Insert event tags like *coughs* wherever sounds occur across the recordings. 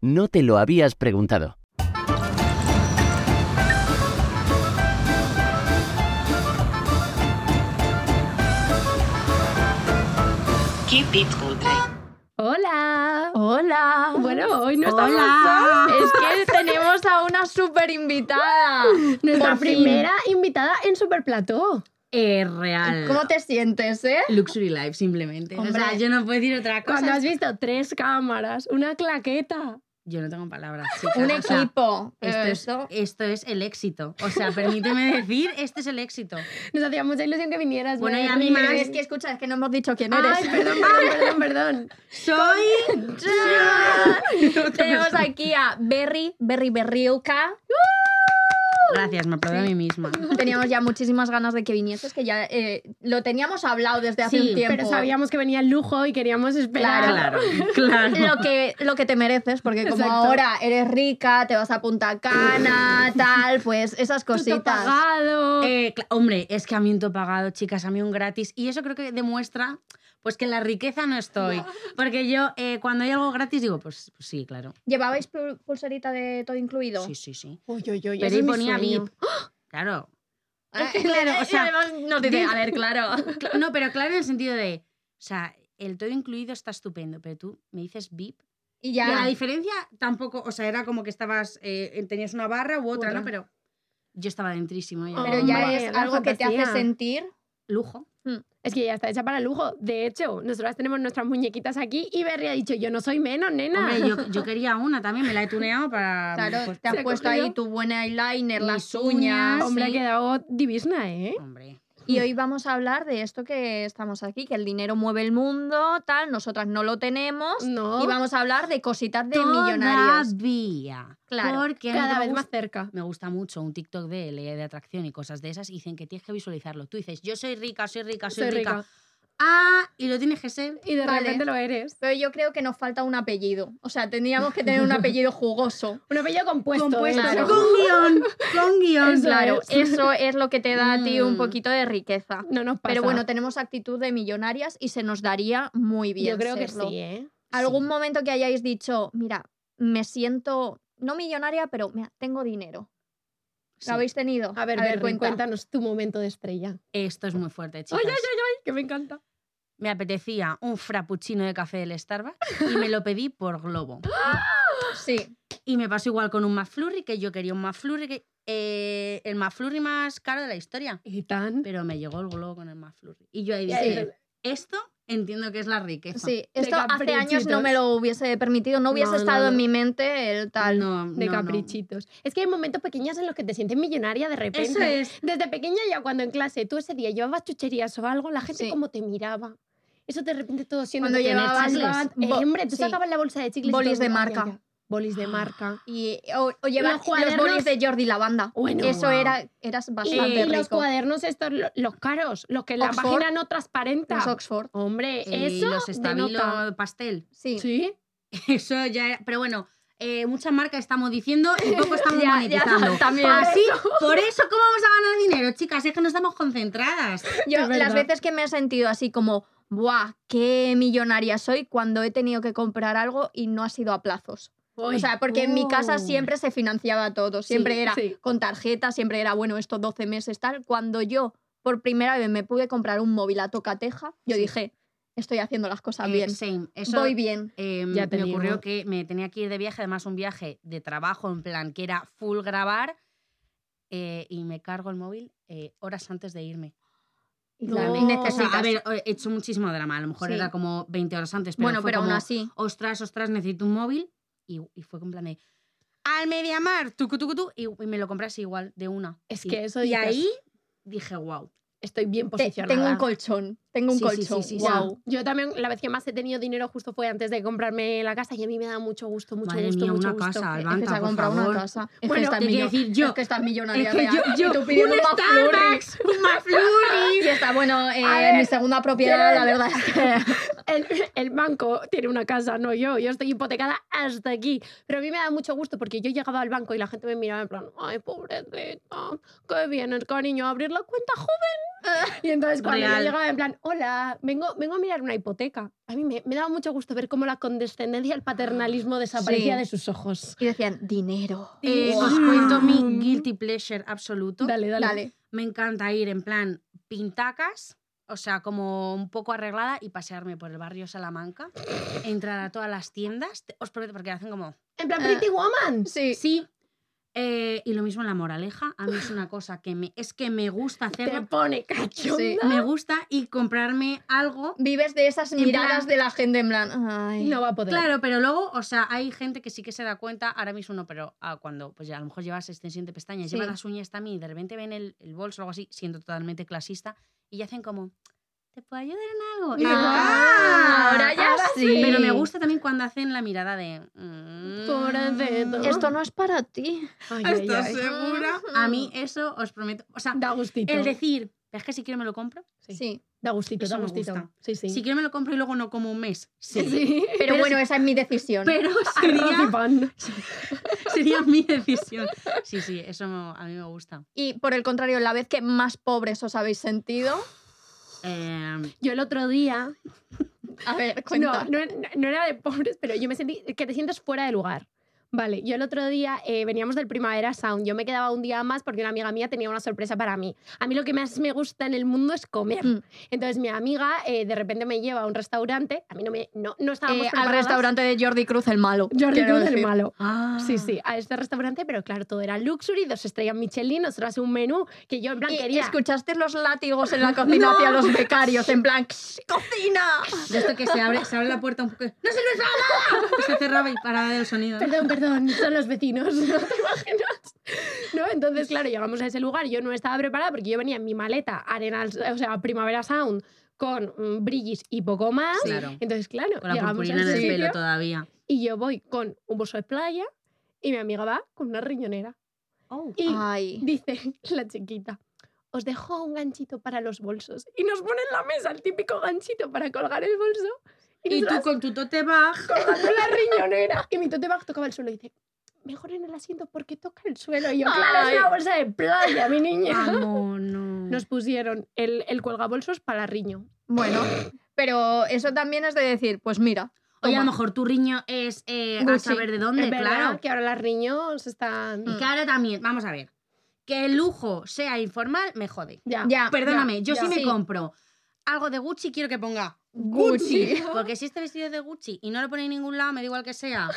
No te lo habías preguntado. Keep it cutre. Hola. Hola. Bueno, hoy no estamos Hola. solas. Es que tenemos a una super *laughs* invitada. Nuestra Por fin. primera invitada en Superplató. Eh, real. ¿Cómo te sientes, eh? Luxury Life, simplemente. O sea, Hombre. yo no puedo decir otra cosa. Cuando has visto tres cámaras, una claqueta. Yo no *laughs* tengo palabras, chicas. Un o sea, equipo. Eh, esto, es, Eso. esto es el éxito. O *laughs* sea, permíteme decir, este es el éxito. Nos hacía mucha ilusión que vinieras. Bueno, Mer. y a mí Pero más. es que escucha, es que no hemos dicho quién eres. Ay, *laughs* perdón, perdón, perdón, perdón. Soy... Tenemos aquí a Berry, Berry Berriuca. Gracias, me aplaudo a mí misma. Teníamos ya muchísimas ganas de que vinieses, que ya eh, lo teníamos hablado desde hace Sí, un tiempo. Pero sabíamos que venía el lujo y queríamos esperar. Claro, claro. Lo que, lo que te mereces, porque como Exacto. ahora eres rica, te vas a Punta Cana, tal, pues esas Tutto cositas. pagado. *laughs* Eh, cla- hombre, es que a mí un to pagado, chicas, a mí un gratis. Y eso creo que demuestra pues que en la riqueza no estoy. Porque yo eh, cuando hay algo gratis digo, pues, pues sí, claro. ¿Llevabais pul- pulserita de todo incluido? Sí, sí, sí. Uy, uy, uy, Pero ese ahí es mi ponía sueño. VIP. Claro. Ah, Claro, o sea, y además nos *laughs* dice, a ver, claro. *laughs* Cla- No, pero claro en el sentido de, o sea, el todo incluido está estupendo, pero tú me dices VIP. Y Y la ya. diferencia tampoco, o sea, era como que estabas, eh, tenías una barra u otra, Otra. ¿no? Pero yo estaba dentrísimo. ya. Pero ya Hombre, es la algo que te hace fantasía. sentir Lujo. Es que ya está hecha para lujo. De hecho, nosotras tenemos nuestras muñequitas aquí y Berry ha dicho, yo no soy menos, nena. Hombre, yo, yo quería una también, me la he tuneado para... Claro, pues, te has se ha puesto cogido. ahí tu buen eyeliner, Mis las uñas. *laughs* Hombre, sí. ha quedado divisna, ¿eh? hombre. Y hoy vamos a hablar de esto que estamos aquí, que el dinero mueve el mundo, tal, nosotras no lo tenemos. No. Y vamos a hablar de cositas de millonarios. Todavía. Claro. Porque cada me vez más gusta- cerca. Me gusta mucho un TikTok de ley de atracción y cosas de esas. y Dicen que tienes que visualizarlo. Tú dices, yo soy rica, soy rica, soy, Soy rica. rica. Ah, y lo tienes que ser. Y de Vale. repente lo eres. Pero yo creo que nos falta un apellido. O sea, tendríamos que *laughs* tener un apellido jugoso. Un apellido compuesto. Compuesto, ¿eh? Claro. Con guión, *laughs* con guión. Eso claro, es. eso es lo que te da a ti un Mm. poquito de riqueza. No nos pasa. Pero bueno, tenemos actitud de millonarias y se nos daría muy bien. yo creo que serlo. sí, ¿eh? ¿Algún Sí. momento que hayáis dicho, mira, me siento no millonaria, pero mira, tengo dinero? ¿Lo Sí. habéis tenido? A ver, Berry, cuenta. cuéntanos tu momento de estrella. Esto es muy fuerte, Ay, chicas. ay, ay, ay, que me encanta. Me apetecía un frappuccino de café del Starbucks y me lo pedí por Globo. *laughs* Sí, Y me pasó igual con un McFlurry, que yo quería un McFlurry, que, eh, el McFlurry más caro de la historia. Y tan. Pero me llegó el globo con el McFlurry. Y yo ahí Y dije, ahí- Esto entiendo que es la riqueza. sí. De Esto hace años no caprichitos. me lo hubiese permitido, no hubiese No, no, estado en no. mi mente el tal. No, de no, no. caprichitos. Es que hay momentos pequeños en los que te sientes millonaria de repente. Eso es. Desde pequeña ya cuando en clase tú ese día llevabas chucherías o algo, la gente Sí. como te miraba. Eso de repente todo siendo Cuando tener llevabas chicles. las- Eh, hombre, tú sí. sacabas la bolsa de chicles. y Bolis todo el de mundo, ay, marca. Ah, ay, ay. Bolis de marca. Y, o, o llevar los, Los cuadernos- bolis de Jordi Lavanda. Bueno, Eso wow. era, eras Y, bastante y los rico. cuadernos estos, lo- los caros, los que la Oxford. página no transparenta. Los Oxford. Hombre, Eh, eso los denota. estabilo pastel. Sí. Sí. Eso ya era- Pero bueno, eh, muchas marcas estamos diciendo y *laughs* poco estamos Ya, ya, monetizando. *laughs* también. Así, por eso, ¿cómo vamos a ganar dinero, chicas? Es que no estamos concentradas. Yo las Es verdad. veces que me he sentido así como, ¡buah! ¡Qué millonaria soy! cuando he tenido que comprar algo y no ha sido a plazos. O sea, porque en mi casa Oh. siempre se financiaba todo, siempre era sí. con tarjeta, siempre era, bueno, estos 12 meses tal. Cuando yo por primera vez me pude comprar un móvil a tocateja, yo Sí. dije, estoy haciendo las cosas Eh, bien, same. Eso, voy bien. eh, Ya te me digo. ocurrió que me tenía que ir de viaje, además un viaje de trabajo en plan que era full grabar eh, y me cargo el móvil eh, horas antes de irme. Y No. claro, O sea, O sea, necesitas. a ver, he hecho muchísimo drama. A lo mejor Sí. era como 20 horas antes, pero bueno, fue pero como, aún así, ostras, ostras, necesito un móvil. Y, y fue con plan de, al Mediamar, tucu, tucu, tu, y, y me lo compras igual, de una. Es Y- que eso Y dices- ahí dije, wow. Estoy bien te- posicionada. tengo un colchón. Tengo un Sí, sí, colchón. sí, sí, sí. wow. Yo también, la vez que más he tenido dinero justo fue antes de comprarme la casa y a mí me da mucho gusto, mucho Madre gusto, mía, mucho una casa, gusto. Es que se Albanca, ha por comprado favor. una casa. Es que Bueno, está te en quiero millo- decir yo. Es que está en millonaria Es que real. yo, yo y tú pidiendo un más flores. Starbucks, un McFlurry. Y está, bueno, eh, A ver, mi segunda propiedad, la verdad es que... El, el banco tiene una casa, no yo. Yo estoy hipotecada hasta aquí. Pero a mí me da mucho gusto porque yo llegaba al banco y la gente me miraba en plan, ay, pobrecita, qué vienes, cariño, a abrir la cuenta joven. *laughs* Y entonces cuando Real. yo llegaba en plan, hola, vengo, vengo a mirar una hipoteca. A mí me, me daba mucho gusto ver cómo la condescendencia, *gasps* el paternalismo desaparecía Sí. de sus ojos. Y decían, dinero. Eh, Wow. os cuento mi guilty pleasure absoluto. "Mm". Dale, dale. Dale. Me encanta ir en plan pintacas, o sea, como un poco arreglada y pasearme por el barrio Salamanca, entrar a todas las tiendas, te- os prometo, porque hacen como... En plan, Pretty Woman. Sí. Sí. eh, y lo mismo en la moraleja, a mí es una cosa que me... Es que me gusta Te hacerlo, pone cachonda. Sí. me gusta y comprarme algo Vives de esas En miradas plan- de la gente en plan, ay. No va a poder. Claro, pero luego, o sea, hay gente que sí que se da cuenta, ahora mismo no, pero ah, cuando pues ya, a lo mejor llevas extensión de pestañas, Sí. llevan las uñas también y de repente ven el, el bolso o algo así, siendo totalmente clasista, y hacen como, ¿te puedo ayudar en algo? Y digo, Ah, "Ah". ahora ya ahora sí. Pero me gusta también cuando hacen la mirada de... "Mm, Pobrecito. Esto no es para ti. Ay, ay, ¿Estás ay. segura? A mí eso os prometo. O sea, Da gustito. el decir, es que si quiero me lo compro. Sí. Sí. Da gustito, Eso da me gustito. gusta. Sí, sí. Si quiero me lo compro y luego no como un mes. Sí. *laughs* Pero, bueno, esa es mi decisión. Pero Arroz y sería... pan. *laughs* Sería mi decisión. Sí, sí, eso me- a mí me gusta. Y por el contrario, la vez que más pobres os habéis sentido. Eh, Yo el otro día. A ver, cuenta. No, no, no era de pobres, pero yo me sentí. que te sientes fuera de lugar. Vale, yo el otro día eh, veníamos del Primavera Sound. Yo me quedaba un día más porque una amiga mía tenía una sorpresa para mí. A mí lo que más me gusta en el mundo es comer. Mm. Entonces mi amiga eh, de repente me lleva a un restaurante. A mí no me. No, no estábamos Eh, al preparadas. restaurante de Jordi Cruz el malo. Jordi quiero Cruz el decir. malo. ah, Sí, sí, a este restaurante, pero claro, todo era luxury, dos estrellas Michelin, nosotras un menú que yo en plan Y quería. escuchaste los látigos en la cocina hacia los becarios, en plan, "Shh, ¡cocina! De esto que se abre, se abre la puerta un poco. ¡No se nos va nada! Se cerraba y paraba el sonido. Perdón, perdón, son los vecinos, *laughs* no te imaginas. ¿No? Entonces, claro, llegamos a ese lugar, yo no estaba preparada porque yo venía en mi maleta, Arenal, o sea, Primavera Sound, con mm, brillis y poco más. Sí. Claro. Entonces, claro, Con la llegamos a purpurina en ese el pelo sitio todavía. y yo voy con un bolso de playa y mi amiga va con una riñonera. Y Ay. Dice la chiquita, os dejo un ganchito para los bolsos. Y nos pone en la mesa el típico ganchito para colgar el bolso. Y, Y tú nosotras con tu tote bag. *laughs* colgando la riñonera. Y mi tote bag tocaba el suelo y dice, mejor en el asiento porque toca el suelo. Y yo, claro, Ay. es una bolsa de playa, mi niña. Vámonos. Ah, Nos pusieron el, el cuelgabolsos para riño. Bueno, pero eso también es de decir, pues mira. Oye, a toma. lo mejor tu riño es eh, a Gucci. saber de Pues Es dónde, verdad claro. que ahora las riños están... Y que ahora también, vamos a ver. Que el lujo sea informal me jode. Ya. Ya. Perdóname, yo ya. sí me Sí. compro algo de Gucci quiero que ponga Gucci. Porque si este vestido es de Gucci y no lo pone en ningún lado, me da igual que sea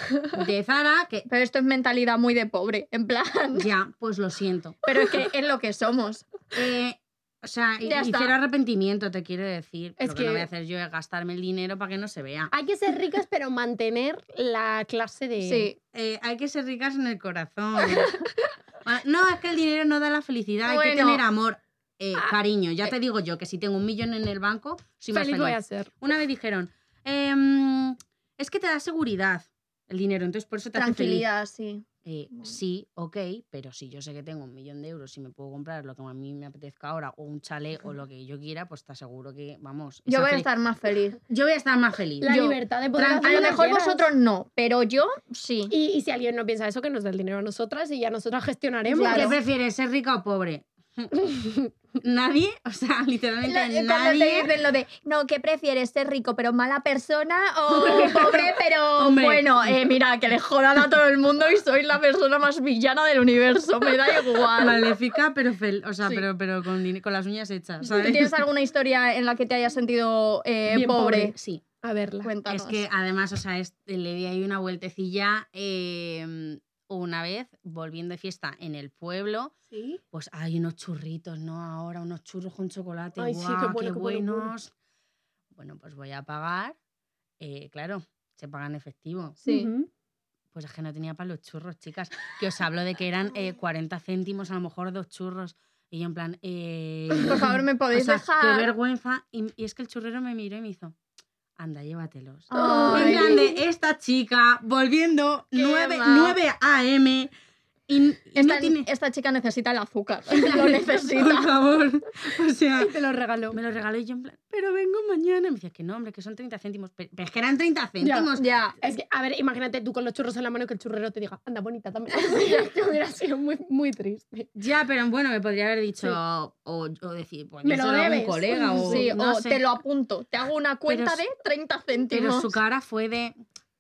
de Zara, *laughs* que Pero esto es mentalidad muy de pobre, en plan. *laughs* ya, pues lo siento. Pero es que es lo que somos. Eh, o sea, y, Ya y está. cero arrepentimiento, te quiero decir. Es lo que, no que- Ah. voy a hacer yo es gastarme el dinero para que no se vea. Hay que ser ricas pero mantener la clase de... Sí. Eh, hay que ser ricas en el corazón. Ah, no, es que el dinero no da la felicidad, hay que Bueno. tener amor. Eh, cariño, ya te digo yo que si tengo un millón en el banco, soy más Feliz feliz. voy a ser. Una vez dijeron, em, es que te da seguridad el dinero, entonces por eso te hace feliz. Tranquilidad, sí. Eh, Bueno. sí, ok, pero si yo sé que tengo un millón de euros y me puedo comprar lo que a mí me apetezca ahora, o un chalet o lo que yo quiera, pues te aseguro que, vamos. Yo esa voy a fel- estar más feliz. yo voy a estar más feliz. La Yo- libertad de poder Tran- hacer A lo que mejor quieras. vosotros no, pero yo sí. Y, y si alguien no piensa eso, que nos dé el dinero a nosotras y ya nosotras gestionaremos. ¿Qué Claro. prefieres, ser rica *laughs* o pobre? nadie, o sea, *laughs* La- eh, literalmente cuando te nadie. dicen lo de, no, ¿qué prefieres? ¿Ser rico pero mala persona *laughs* o pobre pero Hombre. bueno? Eh, mira, que le jodan a todo el mundo y soy la persona más villana del universo, me da igual. Maléfica, pero, fel- o sea, Sí. pero, pero con, din- con las uñas hechas, ¿Tú ¿sabes? tienes alguna historia en la que te hayas sentido eh, Bien pobre? Sí, A verla. Cuéntanos. Es que además, o sea, es- le di ahí una vueltecilla eh, una vez volviendo de fiesta en el pueblo. ¿Sí? Pues hay unos churritos, ¿no? Ahora unos churros con chocolate. Ay, sí, qué ¡guau, bueno, qué qué bueno, bueno. buenos. Bueno, pues voy a pagar. Eh, claro, se paga en efectivo. Sí. Pues es que no tenía para los churros, chicas. Que os hablo de que eran eh, 40 céntimos, a lo mejor dos churros. Y yo en plan, eh, Por favor, ¿me o podéis sea, qué dejar? vergüenza. Y, y es que el churrero me miró y me hizo, anda, llévatelos. Ay. En plan de esta chica volviendo Qué 9, mal. 9 a.m. y, y Esta, no tiene... esta chica necesita el *laughs* azúcar. Lo necesita. Por favor. O sea, Te lo regaló. me lo regaló y yo en plan, pero vengo mañana. Y me decía, que no, hombre, que son 30 céntimos. Pero pero es que eran 30 céntimos. Ya. Es que, a ver, imagínate tú con los churros en la mano que el churrero te diga, anda, bonita *laughs* también. que hubiera sido muy, muy triste. Ya, pero bueno, me podría haber dicho, Sí. o, o decir, pues Me yo lo se hago a un debes. colega o, sí, no o sé. te lo apunto. Te hago una cuenta su- de 30 Pero céntimos. su cara fue de,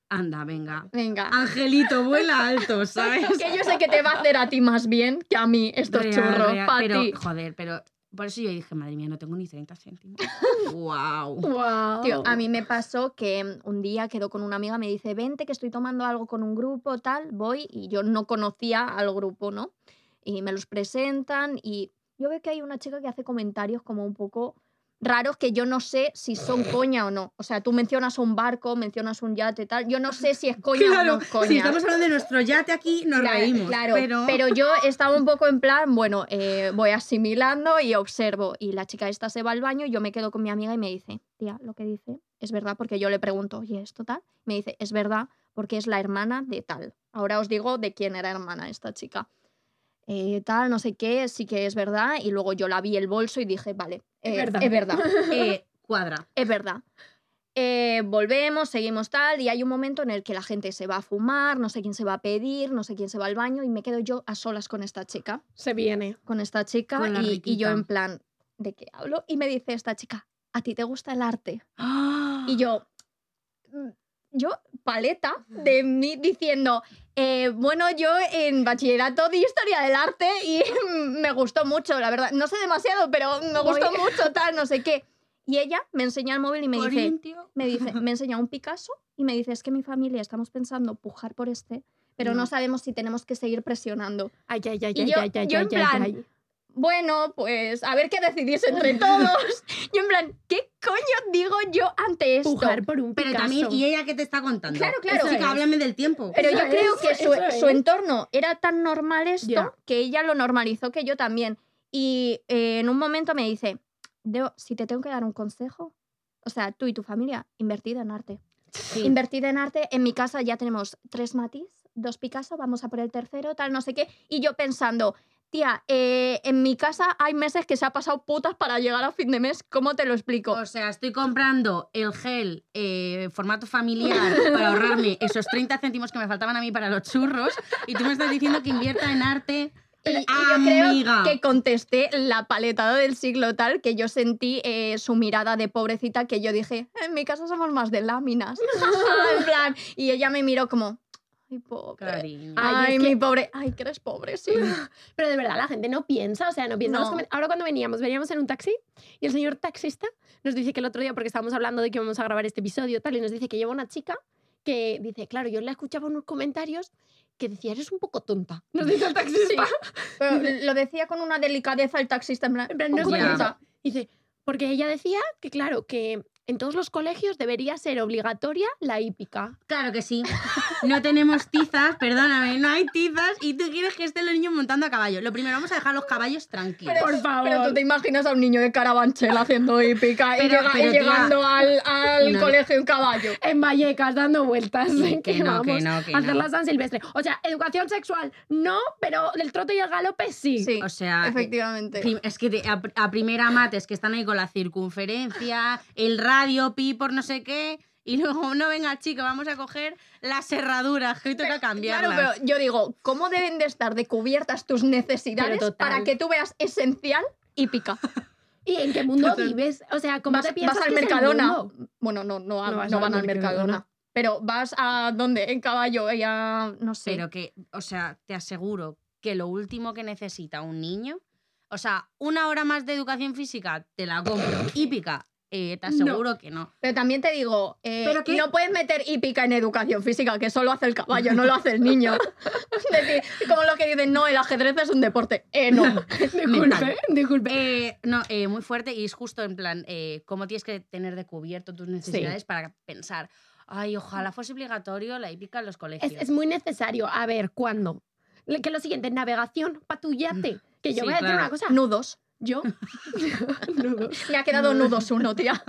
anda, *laughs* venga. Venga. Angelito, vuela alto, *laughs* ¿sabes? Que yo sé que te va a hacer a ti más bien que a mí estos Real, churros. real, pa' pero, ti. joder, pero por eso yo dije, madre mía, no tengo ni 30 *laughs* céntimos. wow. Wow. Tío, a mí me pasó que mm, un día quedó con una amiga, me dice, vente que estoy tomando algo con un grupo, tal, voy, y yo no conocía al grupo, ¿no? Y me los presentan y yo veo que hay una chica que hace comentarios como un poco raros que yo no sé si son coña o no. O sea, tú mencionas un barco, mencionas un yate, tal, yo no sé si es coña o Claro, no es coña. si estamos hablando de nuestro yate aquí, nos Claro, reímos. claro, pero... *laughs* yo estaba un poco en plan, bueno, eh, voy asimilando y observo. Y la chica esta se va al baño y yo me quedo con mi amiga y me dice, tía, lo que dice es verdad, porque yo le pregunto, oye, ¿esto tal? Me dice, es verdad, porque es la hermana de tal. Ahora os digo de quién era hermana esta chica. Eh, tal, no sé qué, sí que es verdad. Y luego yo la vi el bolso y dije, vale, eh, verdad. es verdad. eh, cuadra. Es verdad. Eh, volvemos, seguimos tal, y hay un momento en el que la gente se va a fumar, no sé quién se va a pedir, no sé quién se va al baño, y me quedo yo a solas con esta chica. Se viene. Con esta chica, Con la y, y yo riquita. en plan, ¿de qué hablo? Y me dice esta chica, ¿a ti te gusta el arte? ¡Ah! Y yo, mm, yo, paleta de mí diciendo, eh, bueno, yo en bachillerato di historia del arte y *laughs* me gustó mucho, la verdad. No sé demasiado, pero me gustó mucho, tal, no sé qué. Y ella me enseña el móvil y me dice, Corintio. me dice, me enseña un Picasso y me dice, es que mi familia estamos pensando pujar por este, pero no, No. sabemos si tenemos que seguir presionando. Ay, ay, ay, Y ay, yo- ay, ay, yo en ay, ay, plan, ay. Bueno, pues a ver qué decidís entre todos. Yo en plan, ¿qué coño digo yo ante esto? Pujar por un Pero Picasso. también, ¿y ella qué te está contando? Claro, claro. Chica, Eso es. háblame del tiempo. Pero yo Eso creo es, que su, eso su es. entorno era tan normal esto Ya. que ella lo normalizó que yo también. Y eh, en un momento me dice, Deo, si te tengo que dar un consejo, o sea, tú y tu familia, invertid en arte. Sí. Invertida en arte. En mi casa ya tenemos tres Matisse, dos Picasso, vamos a por el tercero, tal, no sé qué. Y yo pensando, tía, eh, en mi casa hay meses que se ha pasado putas para llegar a fin de mes. ¿Cómo te lo explico? O sea, estoy comprando el gel eh, formato familiar para ahorrarme esos 30 céntimos que me faltaban a mí para los churros y tú me estás diciendo que invierta en arte. Y, y yo Amiga. creo que contesté la paletada del siglo tal que yo sentí eh, su mirada de pobrecita que yo dije, en mi casa somos más de láminas. en plan, y ella me miró como, ay, pobre. Cariño. Ah, Ay, Ay, es mi que- pobre. Ay, que eres pobre, sí. Pero de verdad, la gente no piensa, o sea, no piensa. No. Los comen- Ahora cuando veníamos, veníamos en un taxi y el señor taxista nos dice que el otro día, porque estábamos hablando de que íbamos a grabar este episodio, tal, y nos dice que lleva una chica que dice, claro, yo la escuchaba en unos comentarios que decía, eres un poco tonta. Nos dice el taxista. Pero lo decía con una delicadeza el taxista. En plan, En plan, no "Poco es tonta". verdad. *laughs* Dice, porque ella decía que, claro, que en todos los colegios debería ser obligatoria la hípica. Claro que sí. No tenemos tizas, perdóname, no hay tizas y tú quieres que estén los niños montando a caballo. Lo primero, vamos a dejar los caballos tranquilos. Por favor. Pero tú te imaginas a un niño de carabanchel haciendo hípica y, Pero- llega- y pero, tía, llegando al, al no. colegio en caballo. En Vallecas, dando vueltas. *laughs* Sí, que no, vamos que no, que a hacer no. la San Silvestre. O sea, educación sexual, no, pero el trote y el galope sí. Sí, O sea, efectivamente. Prim- Es que te- a, a primera mates que están ahí con la circunferencia, el radio, pi por no sé qué, y luego, *laughs* no, venga, chico, vamos a coger las herraduras, que hoy toca Claro, cambiarlas. pero yo digo, ¿cómo deben de estar de cubiertas tus necesidades Pero total. para que tú veas esencial hípica? ¿Y en qué mundo Total. vives? O sea, *laughs* ¿cómo Vas, te piensas vas al que es el Mercadona. mundo? Bueno, no, no, a- No no, vas al van al Mercadona. Mercadona. Pero vas a dónde? En caballo y a. No sé. Pero que, o sea, te aseguro que lo último que necesita un niño, o sea, una hora más de educación física, te la compro. *clears throat* Hípica, eh, te aseguro que no. Pero también te digo, eh, ¿Pero qué? no puedes meter hípica en educación física, que solo hace el caballo, no lo hace el *laughs* niño. *laughs* es decir, como los que dicen, no, el ajedrez es un deporte. Eh, no. *laughs* Disculpe, disculpe. Eh, no, eh, muy fuerte y es justo en plan, eh, cómo tienes que tener de cubierto tus necesidades para pensar, ay, ojalá fuese obligatorio la hípica en los colegios. Mm, Es, es muy necesario. A ver, ¿cuándo? Le- Que lo siguiente, navegación, patullate. Que yo Sí, voy a decir claro. una cosa. Nudos. *laughs* Yo. Nudo. Me ha quedado nudos uno, *laughs* tía.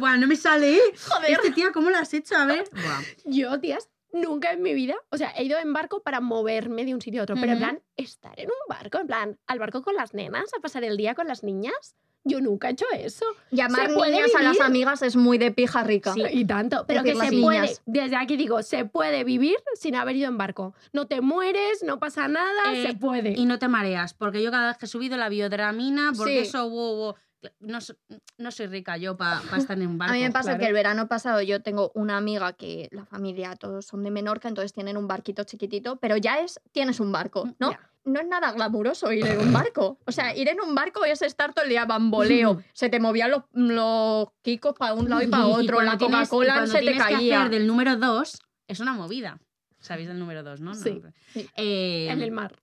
Buah, no me sale, ¿eh? Joder. Este tía, ¿cómo lo has hecho? A ver. Buah. Yo, tías, nunca en mi vida, o sea, he ido en barco para moverme de un sitio a otro, pero en Ujú. plan, estar en un barco, en plan, al barco con las nenas, a pasar el día con las niñas, yo nunca he hecho eso. Llamar ¿Se puede niñas a las vivir? amigas es muy de pija rica. Sí. Y tanto, pero que Decir se las puede, niñas. desde aquí digo, se puede vivir sin haber ido en barco. No te mueres, no pasa nada, Eh, se puede. Y no te mareas, porque yo cada vez que he subido la biodramina, porque Sí. eso, wow, wow, no, so- no soy rica yo para estar en un barco. A mí me pasa claro. que el verano pasado yo tengo una amiga que la familia todos son de Menorca, entonces tienen un barquito chiquitito, pero ya es, tienes un barco, Mm, ¿no? Ya. No es nada glamuroso ir en un barco. O sea, ir en un barco es estar todo el día bamboleo. Se te movían los, los kikos para un lado y para otro, cuando la tienes- Mm. *laughs* y Coca-Cola cuando se te tienes que caía. hacer del número 2 es una movida. Sabéis del número 2, ¿no? No. Sí. Sí. Eh, en el mar.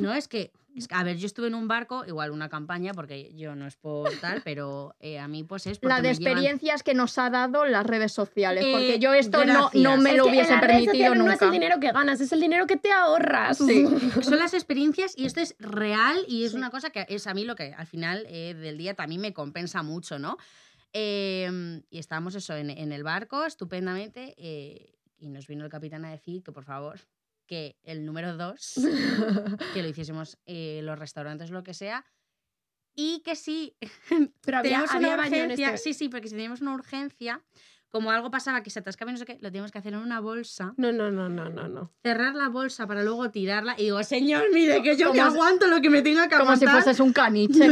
No, es que, es que, a ver, yo estuve en un barco, igual una campaña, porque yo no es por tal, pero eh, a mí pues es porque La de me llevan- experiencias que nos ha dado las redes sociales, Eh, porque yo esto no, gracias. no me Es lo que en hubiese las redes permitido sociales No nunca. es el dinero que ganas, es el dinero que te ahorras. Sí. Son las experiencias y esto es real y es Sí. una cosa que es a mí lo que al final eh, del día también me compensa mucho, ¿no? Eh, y estábamos eso en, en el barco estupendamente eh, y nos vino el capitán a decir que por favor que el número dos que lo hiciésemos eh, los restaurantes lo que sea y que sí *laughs* Pero había, teníamos había una baño en urgencia, este- sí, sí, porque si teníamos una urgencia, como algo pasaba que se atascaba y no sé qué, lo teníamos que hacer en una bolsa, No, no, no, no, no, no. cerrar la bolsa para luego tirarla y digo, señor, mire que yo me Como si- aguanto lo que me tenga que Como si aguantar". fueses un *laughs* caniche.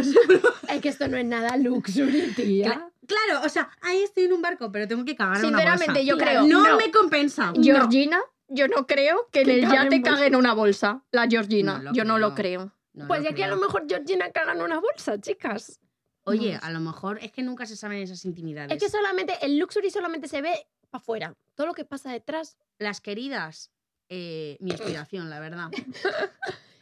Es que esto no es nada ¿eh? luxury, tía. Cla- Claro, o sea, ahí estoy en un barco, pero tengo que cagar en una bolsa. Sinceramente, yo Tía, creo. no, no. me compensa. No. Georgina, yo no creo que en Que el cague yate en bolsa. cague en una bolsa. La Georgina, No lo yo no lo creo. creo. No pues ya que a creo. lo mejor Georgina caga en una bolsa, chicas. Oye, No. a lo mejor es que nunca se saben esas intimidades. Es que solamente, el luxury solamente se ve para afuera. Todo lo que pasa detrás. Las queridas, eh, mi inspiración, la verdad.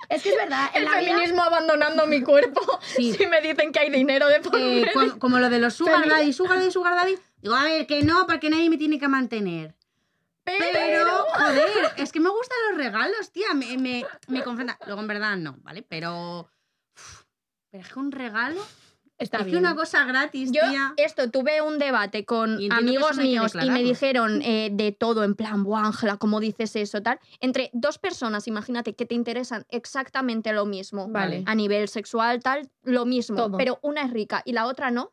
Es que es verdad, en El la vida... feminismo abandonando mi *laughs* cuerpo Sí. si me dicen que hay dinero de por Eh, medio. como, como lo de los sugar Feliz. daddy, sugar daddy, sugar daddy. Digo, a ver, que no, porque nadie me tiene que mantener. Pero, joder, es que me gustan los regalos, tía. Me, me, me confronta. Luego, en verdad, no, ¿vale? Pero. uf, Pero es que un regalo. Está es bien. que una cosa gratis, Yo tía. esto tuve un debate con Y entiendo que amigos eso no hay que míos y me declararlo. dijeron eh, de todo en plan, "Buah, Ángela, ¿cómo dices eso tal? Entre dos personas, imagínate que te interesan exactamente lo mismo Vale. a nivel sexual tal, lo mismo, Todo. pero una es rica y la otra no.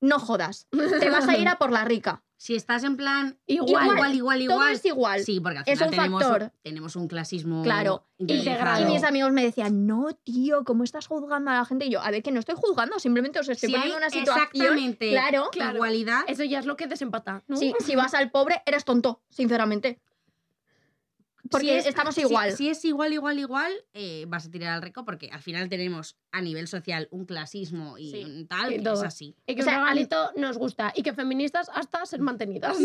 No jodas, te vas a ir *laughs* a por la rica. Si estás en plan. Igual. Igual, igual, igual, Todo igual. es igual. Sí, porque al Es final un tenemos, factor. tenemos un clasismo. Claro, interiorizado. Y Claro. mis amigos me decían, no, tío, ¿cómo estás juzgando a la gente? Y yo, a ver, que no estoy juzgando, simplemente os estoy Si hay poniendo una situación. exactamente Claro. Claro. igualdad, Eso ya es lo que desempata, ¿no? Si, si vas al pobre, eres tonto, sinceramente. Porque Si es- estamos si- igual. Si, es igual, igual, igual, eh, vas a tirar al rico porque al final tenemos a nivel social un clasismo y Sí, un tal, y que es todo. así. Y que o sea, un regalito nos gusta. Y que feministas hasta ser mantenidas.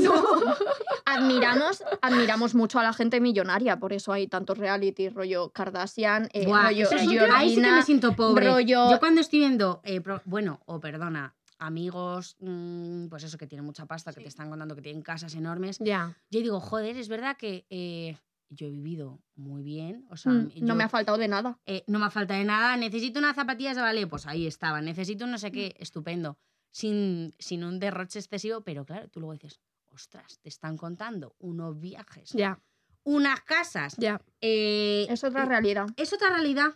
Admiramos, admiramos mucho a la gente millonaria, por eso hay tantos reality, rollo Kardashian, eh, Buah, rollo eso es un- Georgina. ahí sí que me siento pobre. rollo- Yo cuando estoy viendo, eh, pro- bueno, o perdona, amigos, mm, pues eso, que tienen mucha pasta, que te están contando que tienen casas enormes, *laughs* Ya. yo digo, joder, es verdad que eh, yo he vivido muy bien, o sea, Mm, yo- no me ha faltado de nada. eh, no me falta de nada, necesito unas zapatillas de ballet, pues ahí estaba, necesito un no sé Mm. qué, estupendo, sin, sin un derroche excesivo, pero claro, tú luego dices, ostras, te están contando unos viajes, Ya. unas casas. Ya. eh, Es otra realidad. es otra realidad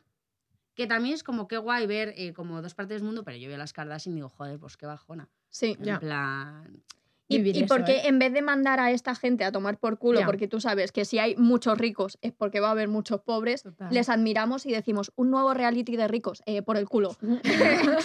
que también es como qué guay ver eh, como dos partes del mundo, pero yo veo las cardas y digo, joder, pues qué bajona. Sí. En Ya. plan, Y, Vivir y eso, porque ¿eh? en vez de mandar a esta gente a tomar por culo, Ya. porque tú sabes que si hay muchos ricos es porque va a haber muchos pobres, Total. les admiramos y decimos un nuevo reality de ricos eh, por el culo.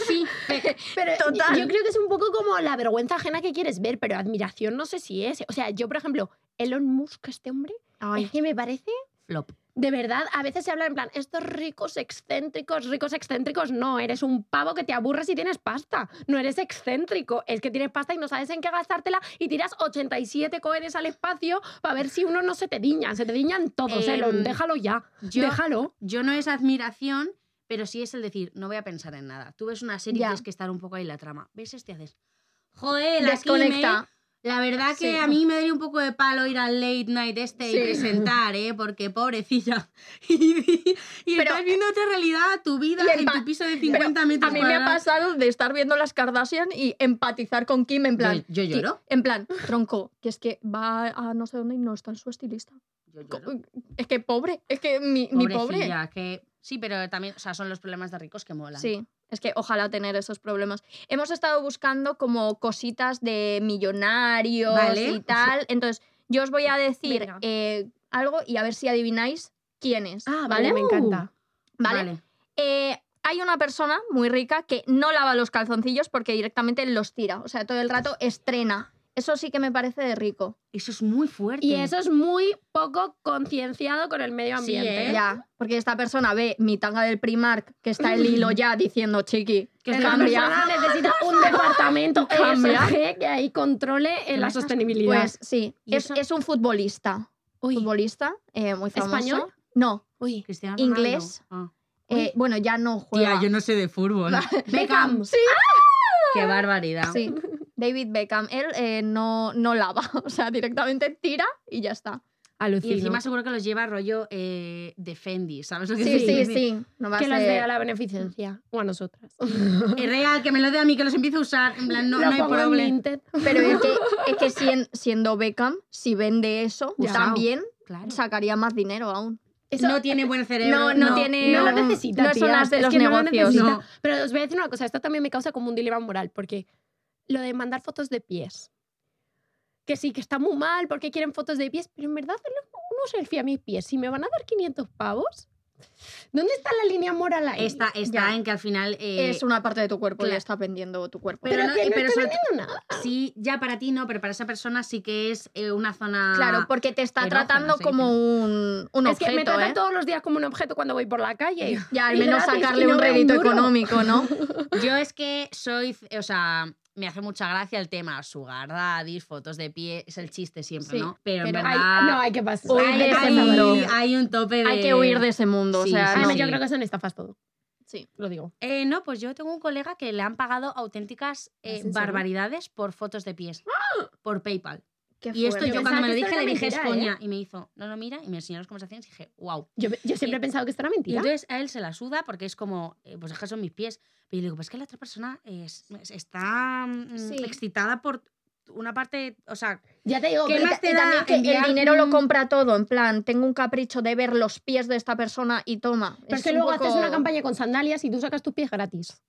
sí, pe- *laughs* Pero Total. yo creo que es un poco como la vergüenza ajena que quieres ver, pero admiración no sé si es. O sea, yo, por ejemplo, Elon Musk, este hombre, es que me parece, flop. de verdad, a veces se habla en plan, estos ricos excéntricos, ricos excéntricos, no, eres un pavo que te aburres y tienes pasta, no eres excéntrico, es que tienes pasta y no sabes en qué gastártela y tiras 87 cohetes al espacio para ver si uno no se te diña, se te diñan todos, Em, Elon, déjalo ya, Yo, déjalo. yo no es admiración, pero sí es el decir, no voy a pensar en nada. Tú ves una serie y Ya. tienes que estar un poco ahí la trama. ¿Ves esto y haces? Joder, aquí me- Desconecta. La verdad que Sí. a mí me daría un poco de palo ir al late night este Sí. y presentar, ¿eh? Porque pobrecilla. *laughs* Y, y Pero- estás viendo otra realidad, tu vida Le en pa- tu piso de Pero 50 metros a mí me ha cuadrados. pasado de estar viendo las Kardashian y empatizar con Kim en plan. Yo, yo que- lloro. En plan, tronco, que es que va a no sé dónde y no está en su estilista. Yo lloro. Co- Es que pobre, es que mi, mi pobre. Pobrecilla, que... Sí, pero también, o sea, son los problemas de ricos que molan. Sí, es que ojalá tener esos problemas. Hemos estado buscando como cositas de millonarios Vale. y tal. Entonces, yo os voy a decir Venga. eh, algo y a ver si adivináis quién es. Ah, Vale, me Uh. encanta. ¿Vale? Eh, hay una persona muy rica que no lava los calzoncillos porque directamente los tira. O sea, todo el rato estrena. Eso sí que me parece de rico. Eso es muy fuerte. Y eso es muy poco concienciado con el medio Sí, ambiente. ¿eh? Ya, porque esta persona ve mi tanga del Primark, que está el hilo ya diciendo, chiqui, Que es Esa cambia. persona necesita un departamento Cambia. ESG *laughs* que ahí controle eh, la sostenibilidad. Pues sí, ¿Y es, eso? es un futbolista. Futbolista, eh, muy famoso. ¿Español? No. Uy. Cristiano Inglés. Ronaldo. eh, bueno, ya no Ah. Tía, juega. yo no sé de fútbol. Beckham. Sí, *laughs* Qué barbaridad. sí. David Beckham. Él eh, no, no lava. *laughs* O sea, directamente tira y ya está. Y Alucino. encima seguro que los lleva rollo eh, Defendi, ¿sabes lo que Sí, te sí, quiero sí. No va a que las ser- dé a la beneficencia. O a *laughs* nosotras. decir? Es real, que me lo dé a mí, que los empiezo a usar. En plan, no, Lo no hay pongo en problema. Vinted. Pero es *laughs* que, es que sien- siendo Beckham, si vende eso, Ya. también Claro. sacaría más dinero aún. Eso- no tiene buen cerebro. no, no tiene- No lo no, necesita, no son tía. las de Es los que no lo negocios. necesita. No. Pero os voy a decir una cosa. Esto también me causa como un dilema moral. Porque lo de mandar fotos de pies. Que sí, que está muy mal porque quieren fotos de pies. Pero en verdad, hacerle uno selfie a mis pies. Si me van a dar 500 pavos, ¿dónde está la línea moral ahí? Está, está Ya. en que al final... eh, es una parte de tu cuerpo y claro. está vendiendo tu cuerpo. Pero Pero, no- que no pero estoy sobre- vendiendo nada. Sí, ya para ti no, pero para esa persona sí que es eh, una zona... claro, porque te está erógena, tratando se como dice. un, un es objeto, que me tratan ¿eh? todos los días como un objeto cuando voy por la calle. Ya, al Y menos gratis, sacarle y no un veo un rédito duro. económico, ¿no? Yo es que soy, o sea, me hace mucha gracia el tema sugar daddies, fotos de pie, es el chiste siempre, Sí, ¿no? Pero, en Pero hay, verdad no, hay que pasar. Huir hay, de ese hay- mundo. hay un tope de... *laughs* Hay que huir de ese mundo. o Sí, sea, sí, no. Además, yo creo que son estafas todo. Sí. Lo digo. Eh, no, pues yo tengo un colega que le han pagado auténticas eh, ¿Es en serio? barbaridades por fotos de pies. Por PayPal. Qué Y esto fuerte. yo, Yo cuando pensaba me lo que esto dije era le dije, es mentira, coña. Y me hizo, no, no, mira. Y me enseñó las conversaciones y dije, wow. Yo, yo siempre he pensado que esto era Y mentira. entonces a él se la suda porque es como, eh, pues es que son mis pies. Pero yo le digo, pues es que la otra persona es- es- está mm, Sí. excitada por una parte, o sea, Ya te digo, ¿Qué pero más ta- te da También que el enviar dinero lo un- compra todo, en plan, tengo un capricho de ver los pies de esta persona y toma. Pero es es que un luego poco- haces una campaña con sandalias y tú sacas tus pies gratis.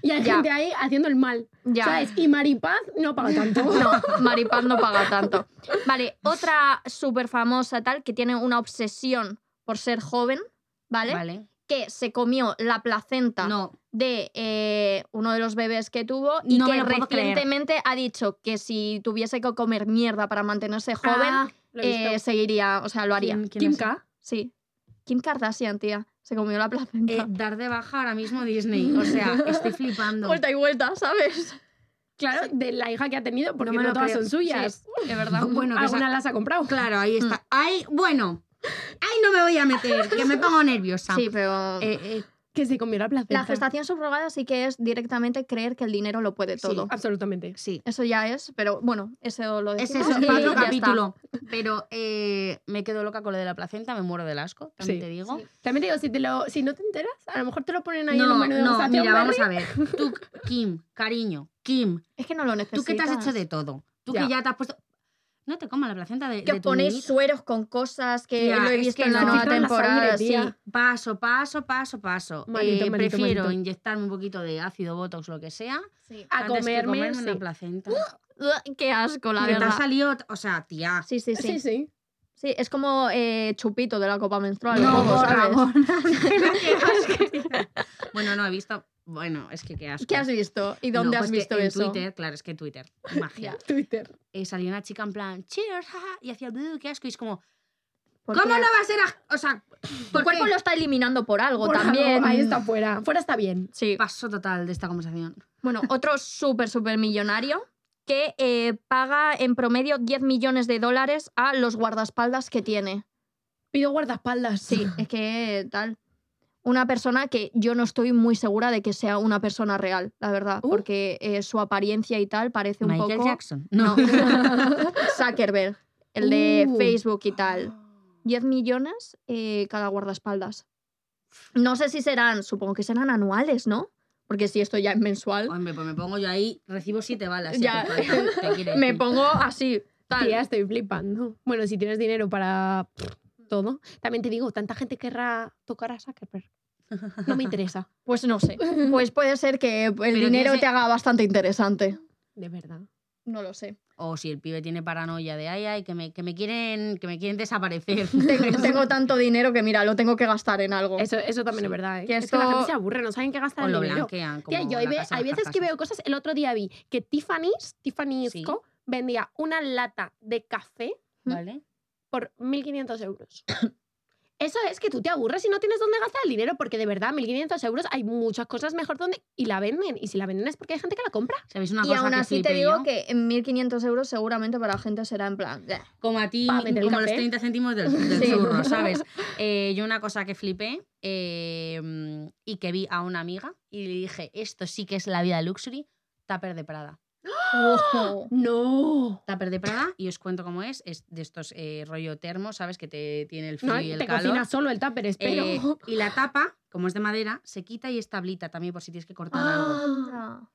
Y hay Ya. gente ahí haciendo el mal. Ya. ¿Sabes? Y Maripaz no paga tanto. *laughs* No, Maripaz no paga tanto. Vale, otra súper famosa tal que tiene una obsesión por ser joven, ¿vale? vale. Que se comió la placenta No, de eh, uno de los bebés que tuvo y No me que lo puedo creer. recientemente ha dicho que si tuviese que comer mierda para mantenerse joven, Ah, lo he visto. eh, seguiría, o sea, lo haría. ¿Quién- quién Kim es? K. Sí. Kim Kardashian, tía, se comió la placenta. *laughs* Eh, dar de baja ahora mismo Disney. O sea, estoy flipando. Vuelta y vuelta, ¿sabes? Claro, de la hija que ha tenido, porque me no, lo todas creo. son suyas. De verdad. *laughs* Bueno, que Mm. Alguna sa- las ha comprado. Claro, ahí está. Ahí, bueno. Ahí no me voy a meter, que me pongo nerviosa. Sí, pero... Eh, eh, *laughs* Que se comió la placenta. la gestación subrogada sí que es directamente creer que el dinero lo puede todo. Absolutamente. sí. Eso ya es, pero bueno, eso lo Es decimos. eso, y para otro ya está. capítulo. Pero eh, me quedo loca con lo de la placenta, me muero del asco, también Sí. te digo. También te digo, si, te lo, si no te enteras, a lo mejor te lo ponen ahí en un No, menú de no, gustación, mira, Berry. vamos a ver. Tú, Kim, cariño, Kim, Es que no lo necesitas. tú que te has hecho de todo. Tú Ya. que ya te has puesto. No te comas la placenta de, Que de os tu ponéis niño. sueros con cosas que Tía, lo he es visto que en la no. nueva Filtran la sangre, temporada. sí. tía. Paso, paso, paso, paso. Malito, Eh, malito, prefiero malito. inyectarme un poquito de ácido, botox, lo que sea. Sí. A antes que comerme, comerme una sí. placenta. Ugh, Qué asco, la Que te ha Uh, verdad. salido, o sea, tía. *laughs* Sí, sí, sí, Sí, sí. sí. es como eh, chupito de la copa menstrual. No, un poco, por ¿sabes? favor. Qué asco. bueno, no he visto. Bueno, es que qué *laughs* asco. ¿Qué has visto? ¿Y No, dónde pues has que visto en eso? Twitter, claro, es que Twitter, magia. Twitter. Eh, salió una chica en plan, cheers, jaja, y hacía, "Buh, qué asco, y es como, ¿Por ¿cómo qué? no va a ser asco? O sea, Tu ¿por cuerpo qué? lo está eliminando por algo Por también. algo, ahí está fuera. Fuera está bien. Sí. Paso total de esta conversación. Bueno, otro súper, súper millonario que eh, paga en promedio 10 millones de dólares a los guardaespaldas que tiene. *laughs* Pido guardaespaldas. Sí, es que tal. una persona que yo no estoy muy segura de que sea una persona real, la verdad, Uh. porque eh, su apariencia y tal parece un Michael poco... Jackson. No. *laughs* Zuckerberg, el de Uh. Facebook y tal. 10 millones eh, cada guardaespaldas. No sé si serán, supongo que serán anuales, ¿no? Porque si esto ya es mensual, Hombre, pues me pongo yo ahí, recibo siete balas. si Ya. *laughs* hace falta, te quiero me decir. pongo así, tal. Tía, estoy flipando. Bueno, si tienes dinero para todo. También te digo, tanta gente querrá tocar a Zuckerberg. No me interesa, Pues no sé. Pues puede ser que el que dinero ese- te haga bastante interesante. *laughs* de verdad. No lo sé. O si el pibe tiene paranoia de ay, ay, que me, que me quieren, que me quieren desaparecer. *laughs* Tengo, *laughs* tengo tanto dinero que mira, lo tengo que gastar en algo. Eso, eso también Sí. es verdad. ¿eh? Que Es que la esto- gente se aburre, no saben qué gastar o el lo dinero. blanquean. Como Tía, yo hay, la ve- casa de hay las veces que carcasas. veo cosas. El otro día vi que Tiffany's, Tiffany's Sí. Co. vendía una lata de café ¿Vale? por 1.500 euros. *coughs* Eso es que tú te aburres y no tienes dónde gastar el dinero, porque de verdad, 1.500 euros hay muchas cosas mejor donde. Y la venden. Y si la venden es porque hay gente que la compra. ¿Sabéis una y cosa aún que así te flipé digo yo? que en 1.500 euros seguramente para la gente será en plan... "Bleh". Como a ti, Pa' meter como los café. 30 céntimos *laughs* del, del Sí. churro, ¿sabes? Eh, yo una cosa que flipé eh, y que vi a una amiga y le dije, esto sí que es la vida luxury, tupper de Prada. *gasps* Ojo. No. Tupper de Prada, y os cuento cómo es, es de estos eh, rollo termo, ¿sabes? Que te tiene el frío No, y el te calor. cocina solo el tupper, espero. *laughs* Eh, y la tapa, como es de madera, se quita y es tablita también por si tienes que cortar Ah, algo. *laughs* Anda.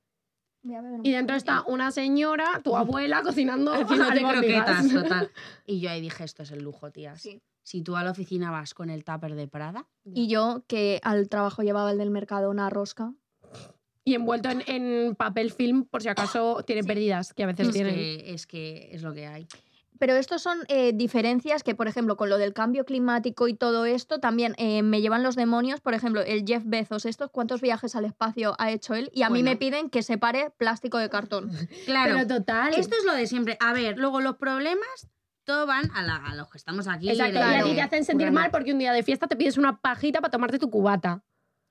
Voy a beber un y dentro está una señora, tu abuela, cocinando Haciéndote *laughs* albóndigas. croquetas, total. Y yo ahí dije, esto es el lujo, tías. Sí. Si tú a la oficina vas con el tupper de Prada, Y yo, que al trabajo llevaba el del mercado una rosca. Y envuelto en, en papel film, por si acaso tiene pérdidas, que a veces es tienen. que, es que es lo que hay. Pero estos son eh, diferencias que, por ejemplo, con lo del cambio climático y todo esto, también eh, me llevan los demonios. Por ejemplo, el Jeff Bezos, estos, ¿cuántos viajes al espacio ha hecho él? Y a mí Bueno. me piden que separe plástico de cartón. Claro, Pero total. esto es lo de siempre. A ver, luego los problemas, todo van a, la- a los que estamos aquí. de- Exacto, y a ti claro. te hacen sentir currando. mal porque un día de fiesta te pides una pajita para tomarte tu cubata.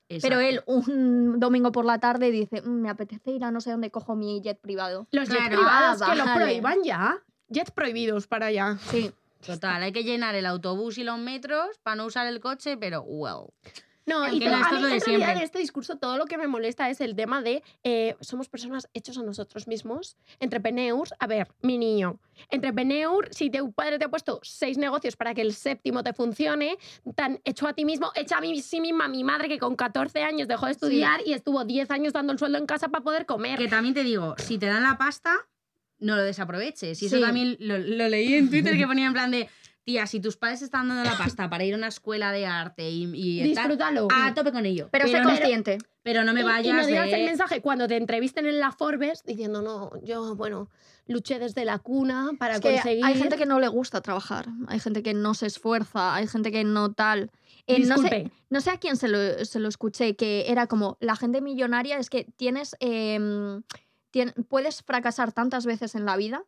Exacto. Pero él, un domingo por la tarde, dice: "Mm, Me apetece ir a no sé dónde cojo mi jet privado. Los jets Claro. privados Ah, que lo vale. prohíban ya. Jets prohibidos para allá. Sí. Total, hay que llenar el autobús y los metros para no usar el coche, pero wow. No, Es y que to- no, a esto mí es lo de en realidad siempre. de este discurso todo lo que me molesta es el tema de eh, somos personas hechos a nosotros mismos, entrepreneurs. A ver, mi niño, entrepreneur, si tu padre te ha puesto seis negocios para que el séptimo te funcione, tan hecho a ti mismo, hecha a mí sí misma, mi madre que con 14 años dejó de estudiar y estuvo 10 años dando el sueldo en casa para poder comer. Que también te digo, si te dan la pasta, no lo desaproveches. Y eso Sí. también lo, lo leí en Twitter *laughs* que ponía en plan de, tía, si tus padres están dando la pasta para ir a una escuela de arte y, y tal, Disfrútalo. a tope con ello. Pero, sé no, consciente. pero no me Y- vayas y, no digas de- el mensaje cuando te entrevisten en la Forbes diciendo, no, yo, bueno, luché desde la cuna para Es que conseguir... Hay gente que no le gusta trabajar, hay gente que no se esfuerza, hay gente que no tal. Eh, no, Disculpe, sé, no sé a quién se lo, se lo escuché, que era como, la gente millonaria es que tienes, em, tien- puedes fracasar tantas veces en la vida.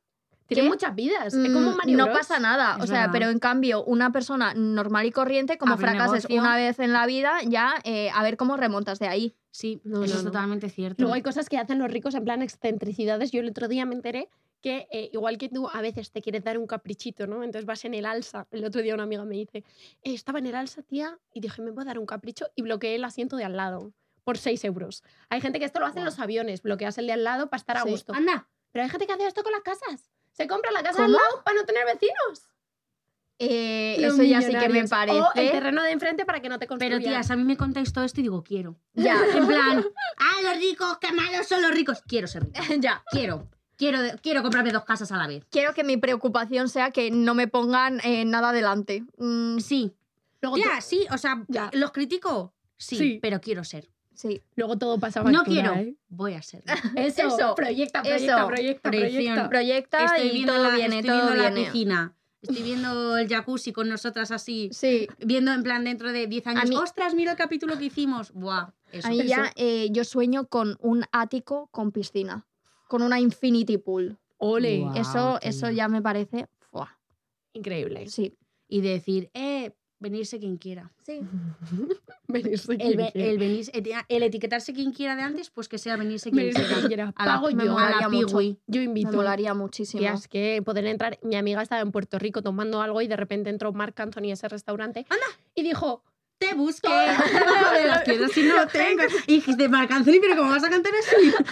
tiene ¿qué? muchas vidas. es como mm, Mario no Bros. pasa nada, o Es sea, verdad. pero en cambio una persona normal y corriente, como Abre fracases negocio. una vez en la vida, ya eh, a ver cómo remontas de ahí. Sí, No, eso no, es no. totalmente cierto. Luego hay cosas que hacen los ricos en plan excentricidades. Yo el otro día me enteré que, eh, igual que tú, a veces te quieres dar un caprichito, ¿no? Entonces vas en el alza. El otro día una amiga me dice, "Eh, estaba en el alza, tía, y dije, me voy a dar un capricho y bloqueé el asiento de al lado por 6 euros. Hay gente que esto lo hace en los aviones, bloqueas el de al lado para estar a Sí. Ah, gusto. Anda, Pero hay gente que hace esto con las casas. Se compra la casa al ¿Cómo? lado para no tener vecinos. Eh, Los eso ya sí que me millonarios. Oh, O el parece. terreno de enfrente para que no te construyan. pero tías, a mí me contáis todo esto y digo, quiero. Ya, *laughs* En plan, ah, los ricos, qué malos son los ricos. Quiero ser rica. em, *laughs* ya. Quiero. Quiero, de- quiero comprarme dos casas a la vez. Quiero que mi preocupación sea que no me pongan eh, nada delante. Mm, Sí. Luego, Ya, to- sí, o sea, eh, Ya. ¿los critico? Sí, Sí. pero quiero ser. sí. luego todo pasa No factura, quiero, ¿eh? voy a ser. Eso, *laughs* Eso, proyecta, proyecta, eso, proyecta, proyección, proyecta. proyecta Estoy y viendo, todo la, viene, estoy todo viendo la viene. piscina. Estoy viendo el jacuzzi con nosotras así. Sí, Viendo en plan dentro de 10 años. A mí- Ostras, mira el capítulo que hicimos. Buah, eso. a mí ya eh, yo sueño con un ático con piscina, con una infinity pool. Ole, Guau. eso tía. eso ya me parece, ¡fua! *laughs* increíble. Sí. Y decir, eh, venirse quien quiera. Sí. Venirse El, quien ve- quiera. el venirse- eti- el etiquetarse quien quiera de antes, pues que sea venirse quien Venirse quien quiera. quiera. A la- *laughs* Pago me yo, A la molaría mucho. piwi. yo invito. Me molaría muchísimo. Tías, que poder entrar. Mi amiga estaba en Puerto Rico tomando algo y de repente entró Marc Anthony a ese restaurante. Anda. Y dijo, te busqué debajo de las piedras si no tengo. Y dijiste, Marc Anthony, pero ¿cómo vas a cantar así? Pero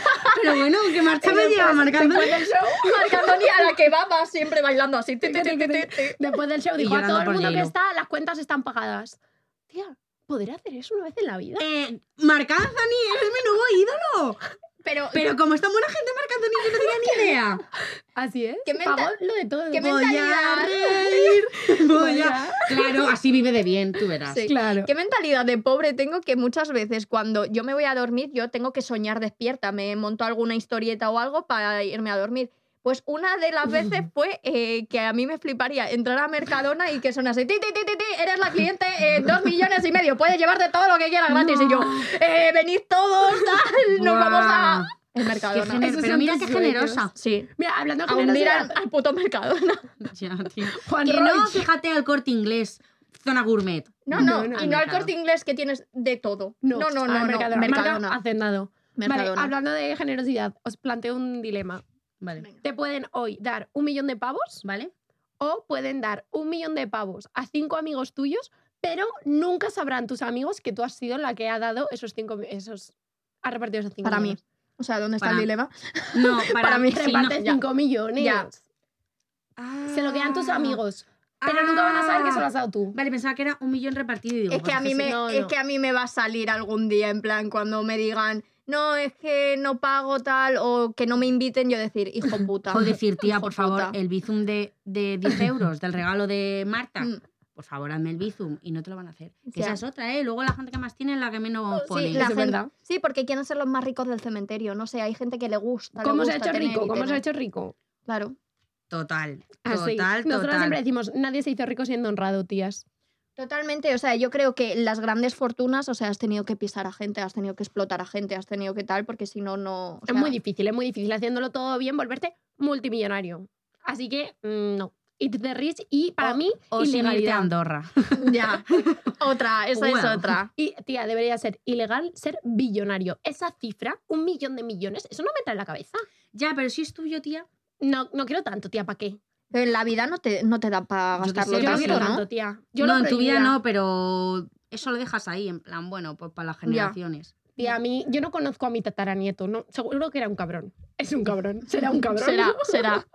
pues, bueno, ¿qué marcha me lleva Marc Anthony? Después del show, Marc Anthony a la que va, va siempre bailando *laughs* así. ti, ti, ti, ti, ti, ti. Después del show Y dijo a llorando todo el por mundo que J-Lo. está, las cuentas están pagadas. Tía, ¿podré hacer eso una vez en la vida? Eh, Marc Anthony, eres mi nuevo ídolo. Pero, Pero como es tan buena gente, Marc Anthony, yo no tenía ni *laughs* idea. Así es. ¿Qué menta- Pagó lo de todo. qué men- Voy a mentalidad. reír. *laughs* Voy a... Vaya. Claro, así vive de bien, tú verás. Sí. Claro. ¿Qué mentalidad de pobre tengo que muchas veces cuando yo me voy a dormir yo tengo que soñar despierta? Me monto alguna historieta o algo para irme a dormir. Pues una de las *laughs* veces fue eh, que a mí me fliparía entrar a Mercadona y que sonase ti, ti, ti, ti, ti, eres la cliente, eh, dos millones y medio, puedes llevarte todo lo que quieras gratis. Y yo, eh, venid todos, tal, nos Buah. vamos a... El Qué Mercadona. gener- Esos Pero son mira qué tus sueños. generosa. Sí. Mira, hablando de A hundir generosidad, al, al puto Mercadona. Ya, *laughs* tío. Juan Que no, Roig. fíjate al corte inglés, zona gourmet. *laughs* No, no, No, no, y no al Mercadona. corte inglés que tienes de todo. No, No, no, no, ah, no. Mercadona. Mercado Mercadona. Hacendado. Vale, Mercadona. hablando de generosidad, os planteo un dilema. Vale. Te pueden hoy dar un millón de pavos ¿Vale? o pueden dar un millón de pavos a cinco amigos tuyos, pero nunca sabrán tus amigos que tú has sido la que ha dado esos cinco, mi- esos, ha repartido esos cinco Para mí. millones. Ah, O sea, ¿dónde está Para- el dilema? No, *laughs* para, Para mí, sí, no. Reparte ya. cinco millones. Ya. Se lo quedan tus Ah. amigos, pero nunca van a saber que se lo has dado tú. Vale, pensaba que era un millón repartido. y digo, Es que pues a mí sí. me, no, es no. que a mí me va a salir algún día en plan cuando me digan no es que no pago tal o que no me inviten yo decir *laughs* hijo puta. O decir, *laughs* tía, por Hijo favor, puta. el bizum de, de *laughs* 10 euros del regalo de Marta, Mm, por favor, hazme el bizum. Y no te lo van a hacer. Que Ya. esa es otra, ¿eh? Luego la gente que más tiene es la que menos pone. la Eso es gente- verdad. Sí, porque quieren ser los más ricos del cementerio. No sé, hay gente que le gusta. le ¿Cómo se ha gusta hecho tener rico? y ¿Cómo se ha tener. hecho rico? Claro, Total, Ah, Así. total, Nosotros siempre total. decimos, nadie se hizo rico siendo honrado, tías. totalmente. O sea, yo creo que las grandes fortunas, o sea, has tenido que pisar a gente, has tenido que explotar a gente, has tenido que tal, porque si no, no. o sea, es muy difícil, es muy difícil haciéndolo todo bien, volverte multimillonario. Así que, mm, no. It's the rich y para O- mí, O sin irte a ilegalidad. *laughs* Andorra. Ya. Otra, esa es Bueno. otra. Y, tía, debería ser ilegal ser billonario. Esa cifra, un millón de millones, eso no me trae la cabeza. Ya, pero si es tuyo, tía. No, no quiero tanto, tía, ¿para qué? Pero en la vida no te, no te da para Yo qué gastarlo sé, Yo no sí, quiero tanto, ¿no? tanto, tía. Yo no, lo en tu vida prohibiría. no, pero eso lo dejas ahí, en plan, bueno, pues para las generaciones. Tía, a mí, yo no conozco a mi tataranieto, no, seguro que era un cabrón. Es un cabrón, será un cabrón. *laughs* Será, será.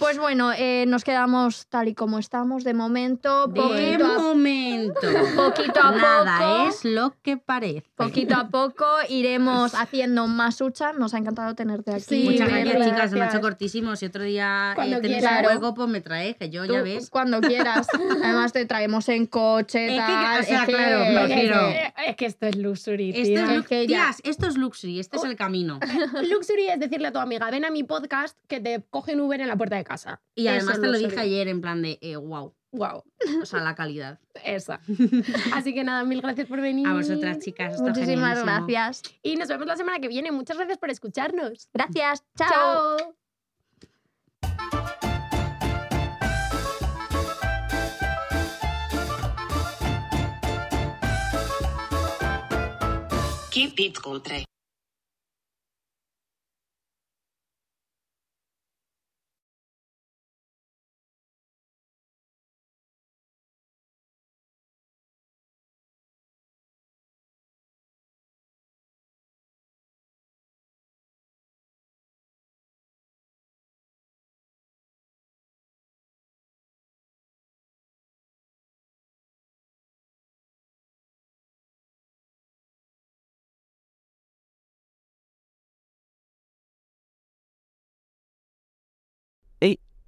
Pues bueno, eh, nos quedamos tal y como estamos de momento, De poquito a, momento. *laughs* poquito a Nada poco. es lo que parece. Poquito a poco iremos haciendo más hucha. Nos ha encantado tenerte aquí. Sí, Muchas Verla, gracias, Verla. chicas. Se me ha hecho gracias. cortísimo. Si otro día Cuando eh, tenéis quieras. un juego, pues me traes, que yo, Tú, ya ves. Cuando quieras. Además, te traemos en Es coche. que- tal, o sea, es que- claro, me es que- refiero. Eh, Es que esto es luxury, tía. Esto Este es, Es lux- que ya- tías, esto es luxury, este es el camino. *laughs* Luxury es decirle a tu amiga, ven a mi podcast que te cogen Uber en la puerta de casa. Y Eso además es te lo dije luxury. ayer en plan de, eh, wow, Wow, o sea, la calidad. *laughs* esa. Así que nada, mil gracias por venir. A vosotras, chicas, esto Muchísimas genialísimo. gracias. Y nos vemos la semana que viene. Muchas gracias por escucharnos. Gracias. Chao. Chao. Keep it country.